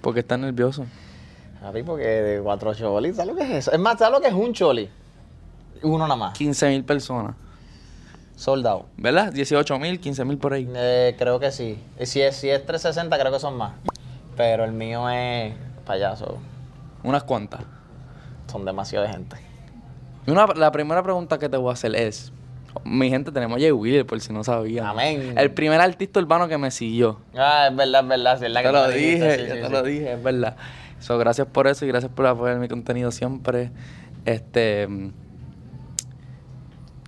Porque está nervioso. A ti, porque de cuatro cholis, ¿sabes lo que es eso? Es más, ¿sabes lo que es un choli? Uno nada más. 15 mil personas. Soldado. ¿Verdad? 18 mil, 15 mil por ahí. Eh, creo que sí. Y si es, si es 360, creo que son más. Pero el mío es payaso. Unas cuantas. Son demasiada gente. Y una- la primera pregunta que te voy a hacer es: Mi gente, tenemos a Jay Wheeler, por si no sabía. Amén. El primer artista urbano que me siguió. Ah, es verdad, es verdad. sí, es la te que lo me dije, dijiste, sí, yo sí, te sí. lo dije, es verdad. So, gracias por eso y gracias por apoyar mi contenido siempre. Este. mm,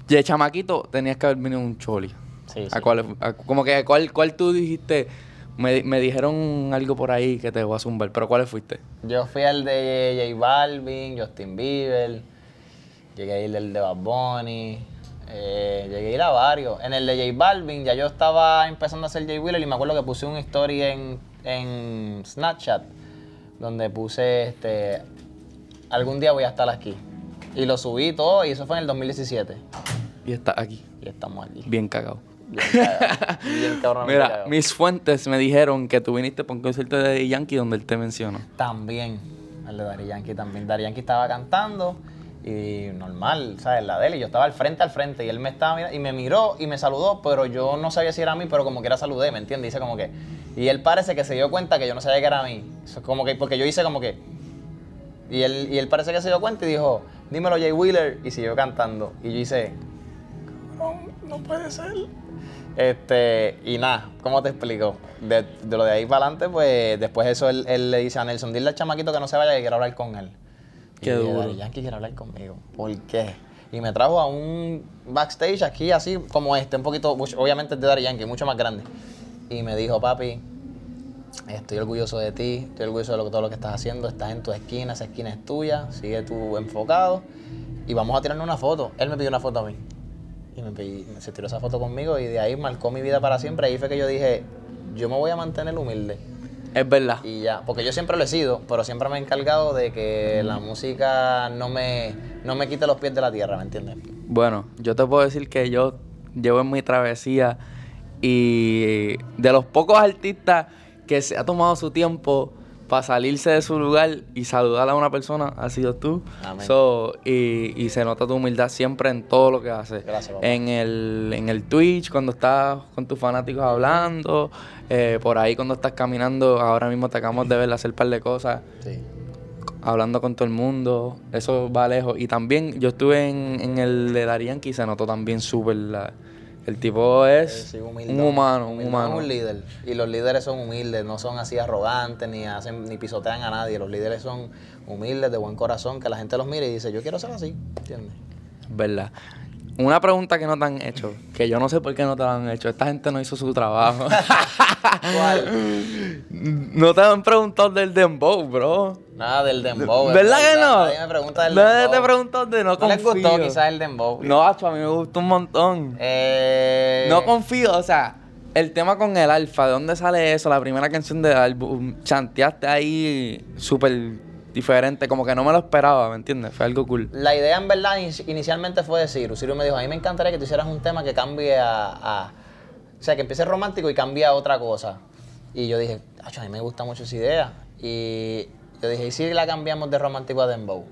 Y de chamaquito tenías que haber venido un choli. Sí, ¿A sí. cuál, a- como que, ¿cuál, ¿cuál tú dijiste? Me, di- me dijeron algo por ahí que te voy a zumbar, pero ¿cuáles fuiste? Yo fui al de J Balvin, Justin Bieber, llegué a ir al de Bad Bunny, eh, llegué a ir a varios. En el de J Balvin ya yo estaba empezando a hacer J Wheeler y me acuerdo que puse una story en, en Snapchat donde puse este algún día voy a estar aquí. Y lo subí todo y eso fue en el 2017. Y estás aquí, Y estamos aquí. bien cagado. Bien cagado, bien cabrón, bien Mira, cagado. mis fuentes me dijeron que tú viniste para un concierto de Daddy Yankee donde él te mencionó. También, el de Dari Yankee también. Dari Yankee estaba cantando y normal, ¿sabes? La de él. Y yo estaba al frente, al frente. Y él me estaba mirando y me miró y me saludó, pero yo no sabía si era a mí, pero como que era saludé, ¿me entiendes? Dice como que. Y él parece que se dio cuenta que yo no sabía que era a mí. Eso es como que, porque yo hice como que. Y él, y él parece que se dio cuenta y dijo, dímelo Jay Wheeler. Y siguió cantando. Y yo hice, cabrón, no puede ser. Este, y nada, ¿cómo te explico? De, de lo de ahí para adelante, pues después eso él, él le dice a Nelson, dile al chamaquito que no se vaya que quiero hablar con él. Qué y yo, duro. "Daddy Yankee quiere hablar conmigo. ¿Por qué? Y me trajo a un backstage aquí así como este, un poquito, obviamente es de Daddy Yankee, mucho más grande. Y me dijo, papi, Estoy orgulloso de ti, estoy orgulloso de lo, todo lo que estás haciendo, estás en tu esquina, esa esquina es tuya, sigue tú enfocado y vamos a tirarnos una foto. Él me pidió una foto a mí y me pedí- se tiró esa foto conmigo y de ahí marcó mi vida para siempre. Ahí fue que yo dije, yo me voy a mantener humilde Es verdad. y ya, porque yo siempre lo he sido, pero siempre me he encargado de que la música no me, no me quite los pies de la tierra, ¿me entiendes? Bueno, yo te puedo decir que yo llevo en mi travesía y de los pocos artistas que se ha tomado su tiempo para salirse de su lugar y saludar a una persona, ha sido tú. Amén. So, y, y se nota tu humildad siempre en todo lo que haces. Gracias, papá. En el, en el Twitch, cuando estás con tus fanáticos hablando, eh, por ahí cuando estás caminando, ahora mismo te acabamos de ver hacer un par de cosas Sí. hablando con todo el mundo, eso va lejos. Y también yo estuve en, en el de Darianki y se notó también súper la- El tipo es Sí, humildón. un humano, un Humildón humano. es un líder. Y los líderes son humildes, no son así arrogantes, ni hacen, ni pisotean a nadie. Los líderes son humildes, de buen corazón, que la gente los mire y dice, yo quiero ser así, ¿entiendes? ¿Verdad? Una pregunta que no te han hecho, que yo no sé por qué no te la han hecho. Esta gente no hizo su trabajo. ¿Cuál? no te han preguntado del dembow, bro. Nada del dembow. es ¿Verdad que no? Nadie me pregunta del Nadie dembow. te preguntó de no ¿No les gustó confío. quizás el dembow? No, acho, a mí me gustó un montón. Eh, No confío, o sea, el tema con el alfa, ¿de dónde sale eso? La primera canción del álbum, chanteaste ahí súper diferente, como que no me lo esperaba, ¿me entiendes? Fue algo cool. La idea en verdad in- inicialmente fue de Ciru. Ciru me dijo, a mí me encantaría que tú hicieras un tema que cambie a... a- o sea, que empiece romántico y cambie a otra cosa. Y yo dije, "Acho, a mí me gusta mucho esa idea. Y yo dije, ¿y si la cambiamos de romántico a dembow?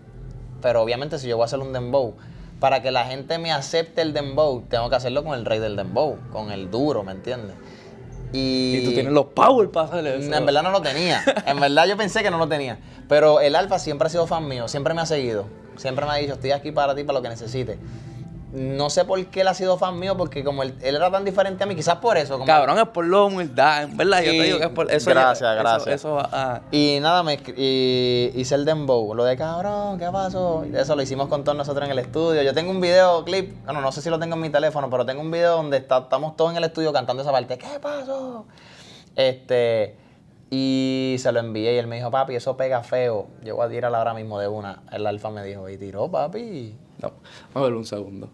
Pero obviamente si yo voy a hacer un dembow, para que la gente me acepte el dembow, tengo que hacerlo con el rey del dembow, con el duro, ¿me entiendes? Y, Y, tú tienes los power para hacer eso. en verdad no lo tenía. En verdad yo pensé que no lo tenía. Pero el Alfa siempre ha sido fan mío, siempre me ha seguido. Siempre me ha dicho, estoy aquí para ti, para lo que necesites. No sé por qué él ha sido fan mío, porque como él, él era tan diferente a mí, quizás por eso. Como Cabrón, es por la humildad, en verdad, yo Sí, te digo que es por eso. gracias, eso- gracias. Eso, ah. va a- Y nada, me escri- y hice el dembow, lo de cabrón, ¿qué pasó? Eso lo hicimos con todos nosotros en el estudio. Yo tengo un videoclip, bueno, no sé si lo tengo en mi teléfono, pero tengo un video donde está- estamos todos en el estudio cantando esa parte, ¿qué pasó? Este, y se lo envié y él me dijo, papi, eso pega feo. Yo voy a tirar ahora mismo de una. El alfa me dijo, y tiró, papi. no, vamos a ver un segundo.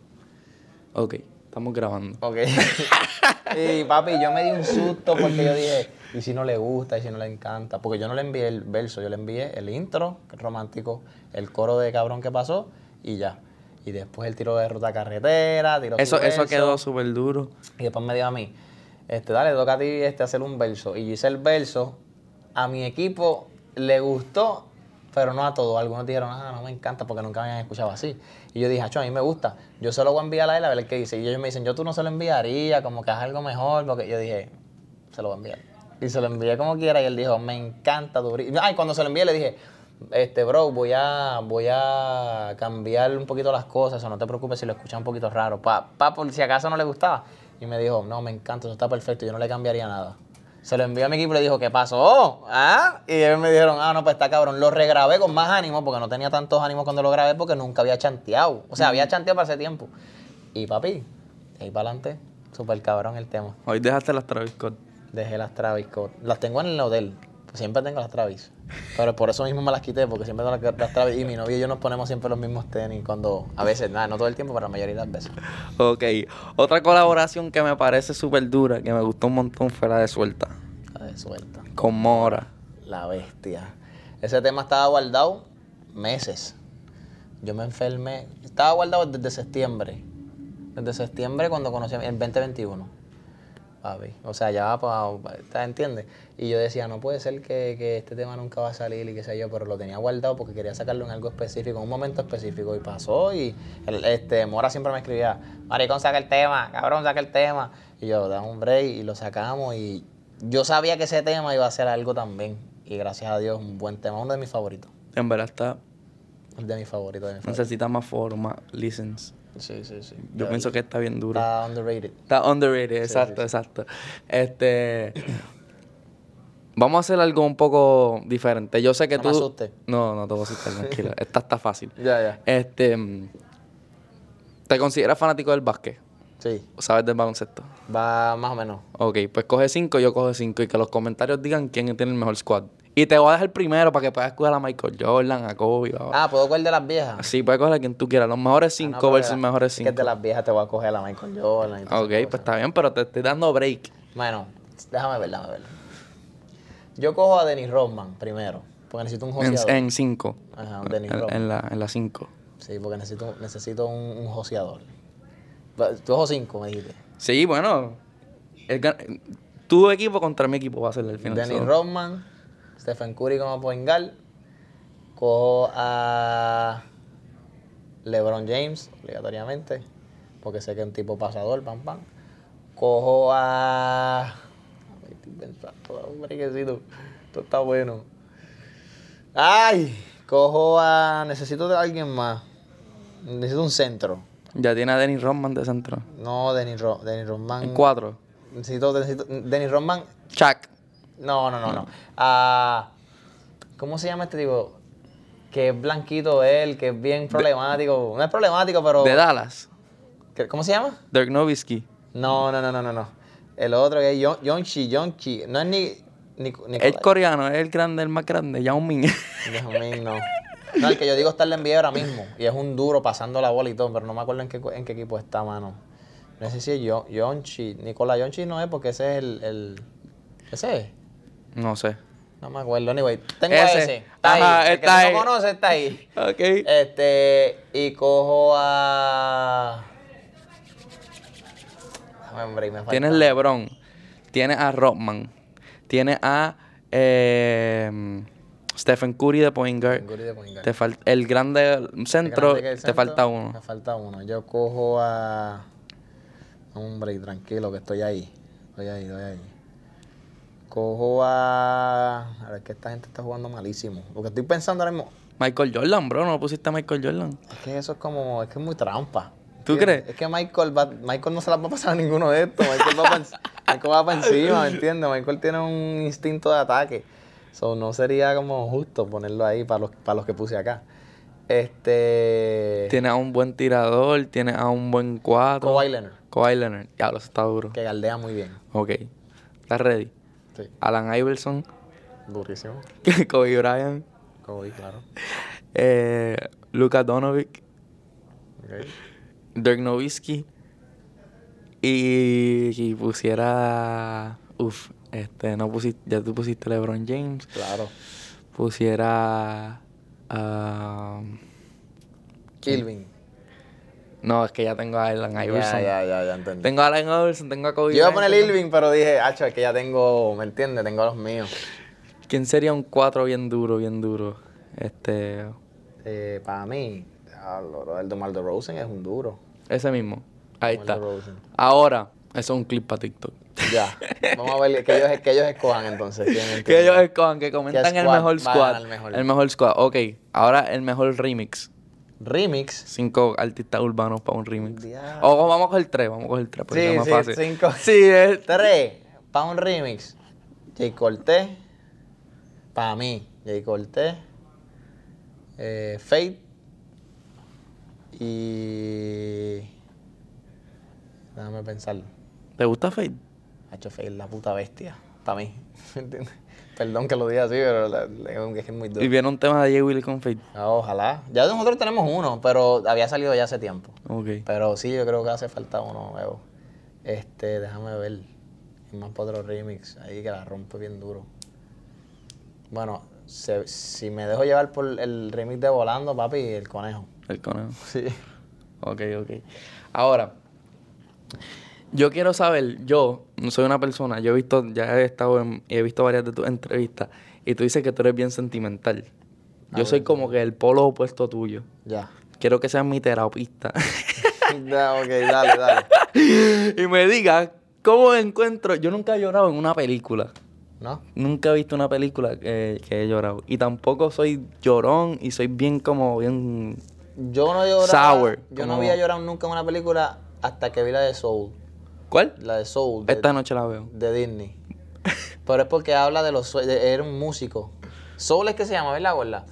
Ok, estamos grabando. Ok. y papi, yo me di un susto porque yo dije, ¿y si no le gusta? ¿Y si no le encanta? Porque yo no le envié el verso, yo le envié el intro que es romántico, el coro de cabrón que pasó y ya. Y después el tiro de ruta carretera, tiró su Eso, eso verso. quedó súper duro. Y después me dijo a mí, este, dale, toca a ti este, hacer un verso. Y yo hice el verso a mi equipo le gustó, pero no a todos. Algunos dijeron, ah, no me encanta porque nunca me habían escuchado así. Y yo dije, acho, a mí me gusta. Yo se lo voy a enviar a él a ver qué dice. Y ellos me dicen, yo tú no se lo enviaría, como que haz algo mejor, porque yo dije, se lo voy a enviar. Y se lo envié como quiera y él dijo, me encanta tu brillo. Ay, cuando se lo envié le dije, este, bro, voy a, voy a cambiar un poquito las cosas, o no te preocupes si lo escuchas un poquito raro. Pa, pa, por si acaso no le gustaba. Y me dijo, no, me encanta, eso está perfecto, yo no le cambiaría nada. Se lo envió a mi equipo y le dijo, ¿qué pasó? ¿Ah? Y ellos me dijeron, ah, no, pues está cabrón. Lo regrabé con más ánimo porque no tenía tantos ánimos cuando lo grabé porque nunca había chanteado. O sea, había chanteado para ese tiempo. Y papi, de ahí para adelante, súper cabrón el tema. Hoy dejaste las Travis Scott. Dejé las Travis Scott. Las tengo en el hotel. Siempre tengo las Travis. Pero por eso mismo me las quité, porque siempre tengo las, las Travis. Y mi novio y yo nos ponemos siempre los mismos tenis cuando... A veces, nada, no todo el tiempo, pero la mayoría de las veces. Ok. Otra colaboración que me parece súper dura, que me gustó un montón, fue la de Suelta. La de suelta. Con Mora. La bestia. Ese tema estaba guardado meses. Yo me enfermé. Estaba guardado desde septiembre. Desde septiembre cuando conocí el 2021. Papi. O sea, ya va para. ¿Entiendes? Y yo decía, no puede ser que, que este tema nunca va a salir y qué sé yo, pero lo tenía guardado porque quería sacarlo en algo específico, en un momento específico. Y pasó y el- este, Mora siempre me escribía, Maricón, saca el tema, cabrón, saca el tema. Y yo, dame un break y lo sacamos. Y yo sabía que ese tema iba a ser algo también. Y gracias a Dios, un buen tema, uno de mis favoritos. En verdad está. De mis favoritos, de mis favoritos. Necesita más forma, listens. Sí, sí, sí. Yo pienso que está bien duro. Está underrated. Está underrated, exacto, exacto. Este. Vamos a hacer algo un poco diferente. Yo sé que No tú. me asustes. No, no te voy a asustar, tranquilo. Esta está fácil. Ya, ya. Este. mm, ¿Te consideras fanático del básquet? Sí, ¿O sabes del baloncesto? va más o menos. Ok, pues coge 5, yo coge 5. Y que los comentarios digan quién tiene el mejor squad. Y te voy a dejar primero para que puedas escoger a Michael Jordan, a Kobe. bla, bla. Ah, ¿puedo coger de las viejas? Sí, puedes coger a quien tú quieras. Los mejores 5 Ah, pero versus la- mejores es Que 5. de las viejas te voy a coger la Michael Jordan. y todas Ok, esas pues está bien, pero te estoy dando break. cosas. Bueno, déjame ver, déjame ver. Yo cojo a Dennis Rodman primero, porque necesito un En- joseador. En 5. Ajá, un Dennis En, Rodman. en la, en la 5. Sí, porque necesito, necesito un, un joseador. Va- Tú cojo cinco, me dijiste. Sí, bueno. el gan- tu equipo contra mi equipo va a ser el final. Dennis so. Rodman, Stephen Curry como point guard. Cojo a LeBron James, obligatoriamente, porque sé que es un tipo pasador, pam, pam. Cojo a... a ver, estoy pensando, hombre, que sí, tú- tú estás bueno. ¡Ay! Cojo a... Necesito de alguien más. Necesito un centro. Ya tiene a Dennis Rodman de centro. No, Dennis, Ro- Dennis En Rodman. 4. Necesito, necesito... Dennis Rodman Chuck. no, no, no, no. Ah, ¿Cómo se llama este tipo? Que es blanquito él, que es bien problemático. No es problemático, pero. De Dallas. ¿Qué- ¿Cómo se llama? Dirk Nowitzki. No, no, no, no, no, no. El otro que es Yon- Yonchi, Yonchi. No es ni. ni, ni El coreano es el grande, el más grande. Yao Ming. Dios mío, no. No, el que yo digo está en la NBA ahora mismo. Y es un duro pasando la bola y todo, pero no me acuerdo en qué, en qué equipo está, mano. No sé si es Yon- Yonchi. Nicola Yonchi no es porque ese es el. el ese es. no sé. No me acuerdo, anyway. Tengo Ese. a ese. Está Ajá, ahí. El está que ahí. no conoce está ahí. Ok. Este, y cojo a. Dame, Hombre, me falta. Tienes LeBron. Tienes a Rodman. Tienes a eh, Stephen Curry de Point Guard. Guri de Point Guard. Te fal- el grande centro, Grande que el te centro, falta uno. Me falta uno. Yo cojo a. Hombre, tranquilo, que estoy ahí. Estoy ahí, estoy ahí. Cojo a. A ver, que esta gente está jugando malísimo. Porque estoy pensando ahora mismo. Michael Jordan, bro, no pusiste a Michael Jordan. Es que eso es como, es que es muy trampa. ¿Tú Es que- crees? Es que Michael, va- Michael no se las va a pasar a ninguno de estos. Michael va para encima, ¿me entiendes? Michael tiene un instinto de ataque. So, no sería como justo ponerlo ahí para los, para los que puse acá. Este. Tiene a un buen tirador, tiene a un buen cuadro. Kawhi Leonard, Kawhi Leonard. Diablo, eso está duro. que galdea muy bien. Ok. ¿Estás ready? Sí, Alan Iverson, durísimo. Kobe Bryant, Kawhi, claro. eh, Luka Donovic, Ok. Dirk Nowitzki y, y pusiera... Uf, este, no pusiste... Ya tú pusiste LeBron James. Claro. Pusiera... ah, Kilvin. No, es que ya tengo a Alan Iverson. Ya, ya, ya, ya entendí. Tengo a Alan Iverson, tengo a Kobe. Yo iba a poner Bryant. Irving, pero dije, hacho, es que ya tengo, ¿me entiendes? Tengo los míos. ¿Quién sería un 4 bien duro, bien duro? Este. Eh, para mí, el Domar de Rosen es un duro. Ese mismo. Ahí Demar está. DeRozan. Ahora, eso es un clip para TikTok. Ya. Vamos a ver que ellos, que ellos escojan entonces. quién es el Que ellos primero. escojan, que comentan el squad mejor va a squad. ganar el mejor? El mejor squad. Ok, ahora el mejor remix. Remix. Cinco artistas urbanos para un remix. Diablo. O vamos a coger tres, vamos a coger tres, porque Sí, es más sí, fácil. cinco. Sí, es- Tres. Para un remix. J. Cortés. Para mí, J. Cortés. Eh, Fate. Y. Déjame pensarlo. ¿Te gusta Fade? Ha hecho Fate la puta bestia. Para mí. ¿Me entiendes? Perdón que lo diga así, pero la- la- es que es muy duro. Y vieron un tema de J. Willy con Fade. Ah, ojalá. Ya nosotros tenemos uno, pero había salido ya hace tiempo. Ok. Pero sí, yo creo que hace falta uno nuevo. Este, déjame ver. Es más para otro remix. Ahí que la rompe bien duro. Bueno, se- si me dejo llevar por el remix de Volando, papi, el conejo. El conejo. Sí. Ok, ok. Ahora, yo quiero saber, yo no soy una persona, yo he visto, ya he estado en- he visto varias de tus entrevistas, y tú dices que tú eres bien sentimental. Ah, Yo soy como que el polo opuesto tuyo. Ya. Quiero que seas mi terapista. ya ok, dale, dale. y me digas, ¿cómo encuentro? Yo nunca he llorado en una película. ¿No? Nunca he visto una película que, que he llorado. Y tampoco soy llorón y soy bien como, bien... Yo no lloraba. Sour, Yo como- no había llorado nunca en una película hasta que vi la de Soul. ¿Cuál? La de Soul. de- Esta noche la veo. de Disney. Pero es porque habla de los sueños. Era un músico. Soul es que se llama, ¿verdad, gorda?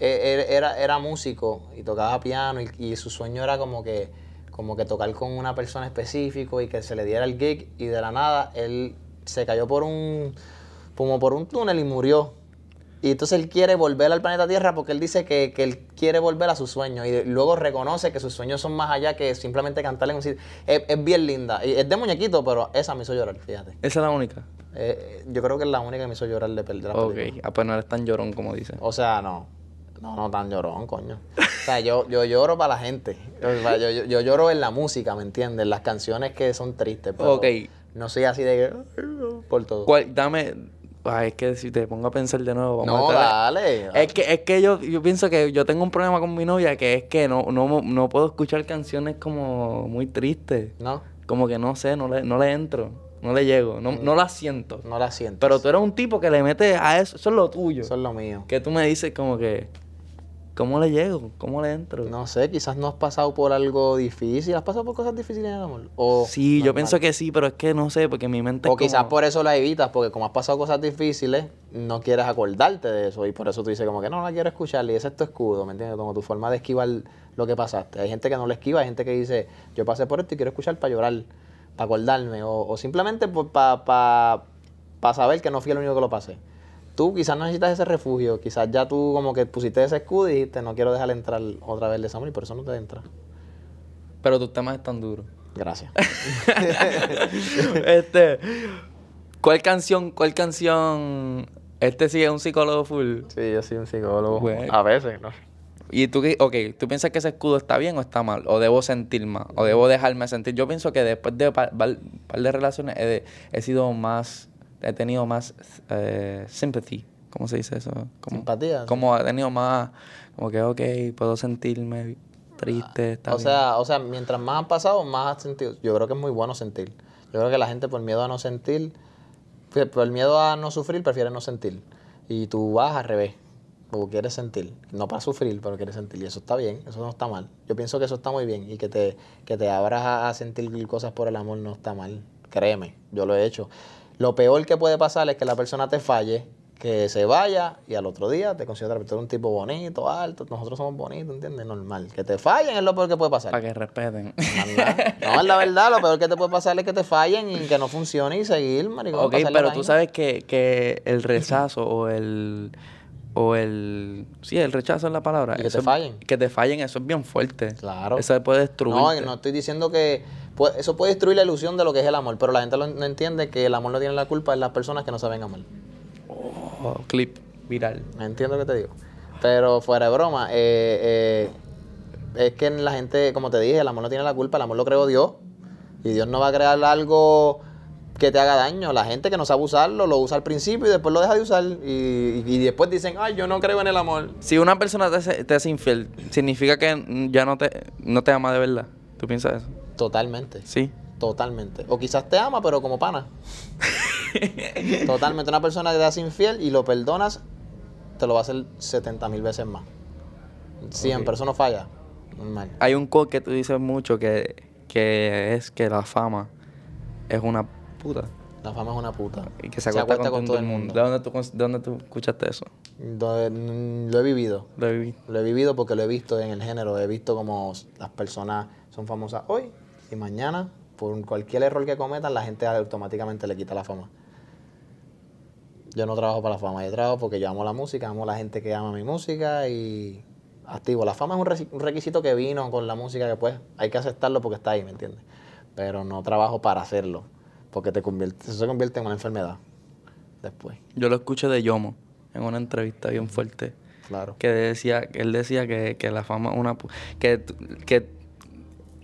Eh, Era, era, era músico y tocaba piano y, y su sueño era como que, como que tocar con una persona específico y que se le diera el gig y de la nada él se cayó por un, como por un túnel y murió. Y entonces él quiere volver al planeta Tierra porque él dice que, que él quiere volver a sus sueños. Y luego reconoce que sus sueños son más allá que simplemente cantar en un sitio. Es, es bien linda. Y es de muñequito, pero esa me hizo llorar, fíjate. Esa es la única. Eh, yo creo que es la única que me hizo llorar de perder la Ok, película. ah, pues no eres tan llorón como dicen. O sea, no. No, no tan llorón, coño. O sea, yo, yo lloro para la gente. O sea, yo, yo- yo lloro en la música, ¿me entiendes? Las canciones que son tristes. Pero Ok. No soy así de que. Por todo. ¿Cuál? Dame... Ay, es que si te pongo a pensar de nuevo, vamos No, a entrar- dale. Es que, es que yo, yo pienso que yo tengo un problema con mi novia que es que no, no, no puedo escuchar canciones como muy tristes. No, Como que no sé, no le, no le entro, no le llego, no, no la siento. no la siento. Pero tú eres un tipo que le metes a eso, eso es lo tuyo. Eso es lo mío. Que tú me dices como que, ¿cómo le llego? ¿Cómo le entro? No sé, quizás no has pasado por algo difícil. ¿Has pasado por cosas difíciles en el amor? O, sí, yo pienso que sí, pero es que no sé, porque mi mente... o es como- quizás por eso la evitas, porque como has pasado cosas difíciles, no quieres acordarte de eso. Y por eso tú dices como que no, no la quiero escuchar. Y ese es tu escudo, ¿me entiendes? Como tu forma de esquivar lo que pasaste. Hay gente que no lo esquiva, hay gente que dice, yo pasé por esto y quiero escuchar para llorar, para acordarme. O, o simplemente para saber que no fui el único que lo pasé. Tú quizás no necesitas ese refugio, quizás ya tú como que pusiste ese escudo y dijiste, no quiero dejar entrar otra vez el desamor y por eso no te entra. Pero tus temas están duros. Gracias. este, ¿cuál canción, cuál canción? Este sí es un psicólogo full. Sí, yo soy un psicólogo. Bueno. A veces, ¿no? Y tú, qué- ok, ¿tú piensas que ese escudo está bien o está mal? ¿O debo sentir más? ¿O debo dejarme sentir? Yo pienso que después de un par, de relaciones he, de- he sido más, he tenido más eh, sympathy. ¿Cómo se dice eso? Como, Simpatía, sí. Como he tenido más, como que, ok, puedo sentirme triste, está Ah, O sea, o sea, mientras más han pasado, más has sentido. Yo creo que es muy bueno sentir. Yo creo que la gente por miedo a no sentir, fe- por miedo a no sufrir, prefiere no sentir. Y tú vas al revés, porque quieres sentir. No para sufrir, pero quieres sentir. Y eso está bien, eso no está mal. Yo pienso que eso está muy bien. Y que te, que te abras a, a sentir cosas por el amor no está mal. Créeme, yo lo he hecho. Lo peor que puede pasar es que la persona te falle, que se vaya y al otro día te considera tú eres un tipo bonito, alto, nosotros somos bonitos, ¿entiendes? Normal. Que te fallen es lo peor que puede pasar. Para que respeten. Más nada. No, es la verdad, lo peor que te puede pasar es que te fallen y que no funcione y seguir, maricón. Ok, pasar la pero tú vaina. sabes que, que el rechazo o el... O el... Sí, el rechazo es la palabra. Y que te Eso es- fallen. Que te fallen, eso es bien fuerte. Claro. Eso puede destruir. No, no estoy diciendo que pu- eso puede destruir la ilusión de lo que es el amor, pero la gente lo- no entiende que el amor no tiene la culpa de las personas que no saben amar. Oh, clip viral. Entiendo lo que te digo. Pero fuera de broma, eh, eh, es que en la gente, como te dije, el amor no tiene la culpa, el amor lo creó Dios. Y Dios no va a crear algo que te haga daño. La gente que no sabe usarlo, lo usa al principio y después lo deja de usar. Y, y después dicen, ay, yo no creo en el amor. Si una persona te, hace- te es infiel, significa que ya no te, no te ama de verdad. ¿Tú piensas eso? Totalmente. Sí. Totalmente. O quizás te ama, pero como pana. Totalmente. Una persona que te hace infiel y lo perdonas, te lo va a hacer 70 mil veces más. Siempre, Ok. eso no falla. Normal. Hay un quote que tú dices mucho que, que es que la fama es una puta. La fama es una puta. Y que se acuesta, con, todo el mundo. ¿De dónde tú, cons- de dónde tú escuchaste eso? Do- mm, Lo he vivido. Lo viví. Lo he vivido porque lo he visto en el género. He visto como las personas son famosas hoy y mañana, por cualquier error que cometan, la gente automáticamente le quita la fama. Yo no trabajo para la fama, yo trabajo porque yo amo la música, amo la gente que ama mi música y activo. La fama es un resi- un requisito que vino con la música que pues hay que aceptarlo porque está ahí, ¿me entiendes? Pero no trabajo para hacerlo porque te convierte, eso se convierte en una enfermedad después, Yo lo escuché de Yomo en una entrevista bien fuerte. claro. Que decía, que él decía que, que la fama es una pu- que, tú- que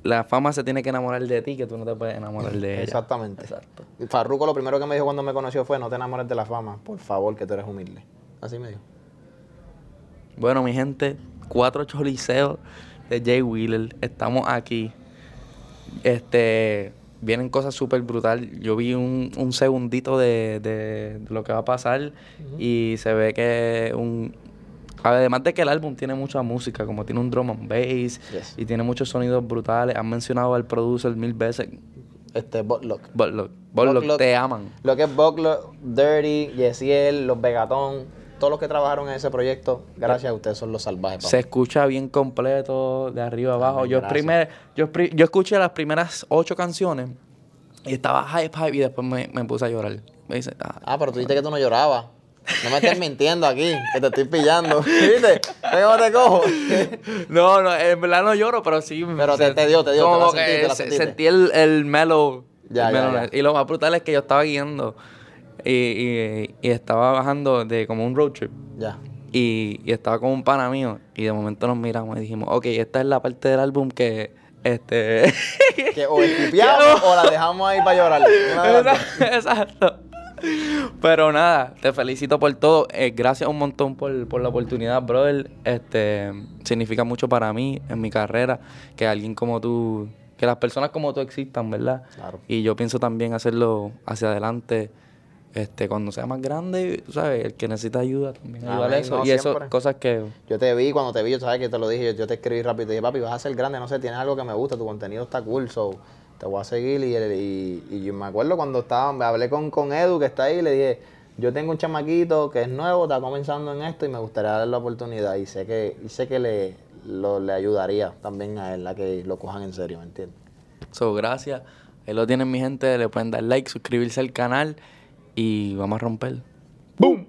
la fama se tiene que enamorar de ti, que tú no te puedes enamorar de ella. Exactamente. Exacto. Y Farruko lo primero que me dijo cuando me conoció fue, no te enamores de la fama, por favor, que tú eres humilde. Así me dijo. Bueno, mi gente, cuatro choliseos de Jay Wheeler. Estamos aquí. Este. Vienen cosas súper brutal. Yo vi un, un segundito de, de- de lo que va a pasar y se ve que un. Además de que el álbum tiene mucha música, como tiene un drum and bass Yes. y tiene muchos sonidos brutales. Han mencionado al producer mil veces. Este, Botlock. Botlock, Botlock, Botlock. te aman. Lo que es Botlock, Dirty, Yesiel, los Vegatón, todos los que trabajaron en ese proyecto, gracias a ustedes son los salvajes. papá. Se escucha bien completo, de arriba a abajo. Amén, Yo, gracias. primer, yo, pri- yo escuché las primeras ocho canciones y estaba hype, hype, y después me, me puse a llorar. Me dice, ah, Ah, pero tú dijiste que tú no llorabas. No me estés mintiendo aquí, que te estoy pillando. ¿Viste? Ve cómo te cojo? No, no, en verdad no lloro, pero sí. Pero te- te dio, te dio, te Como la que sentiste, la se- sentiste. sentí el, el mellow. Ya, el ya, mellowness. ya. Y lo más brutal es que yo estaba guiando y, y- y estaba bajando de como un road trip. ya. Y, y estaba con un pana mío y de momento nos miramos y dijimos, ok, esta es la parte del álbum que este Que o estipeamos o la dejamos ahí para llorar. Una de las dos. Exacto. Pero nada, te felicito por todo. Eh, gracias un montón por, por la oportunidad, brother. Este significa mucho para mí en mi carrera que alguien como tú, que las personas como tú existan, ¿verdad? Claro. Y yo pienso también hacerlo hacia adelante. Este, cuando sea más grande, ¿sabes? El que necesita ayuda también Amén, ayudar eso. no, y eso, siempre. cosas que. Yo te vi, cuando te vi, yo sabes que te lo dije, yo, yo te escribí rápido, te dije, papi, vas a ser grande, no sé, tienes algo que me gusta, tu contenido está cool, so te voy a seguir. Y, y- y yo me acuerdo cuando estaba, me hablé con, con Edu, que está ahí, y le dije, yo tengo un chamaquito que es nuevo, está comenzando en esto y me gustaría darle la oportunidad. Y sé que, y sé que le, lo- le ayudaría también a él a que lo cojan en serio, ¿me entiendes? So, gracias. Ahí lo tienen mi gente. Le pueden dar like, suscribirse al canal y vamos a romper.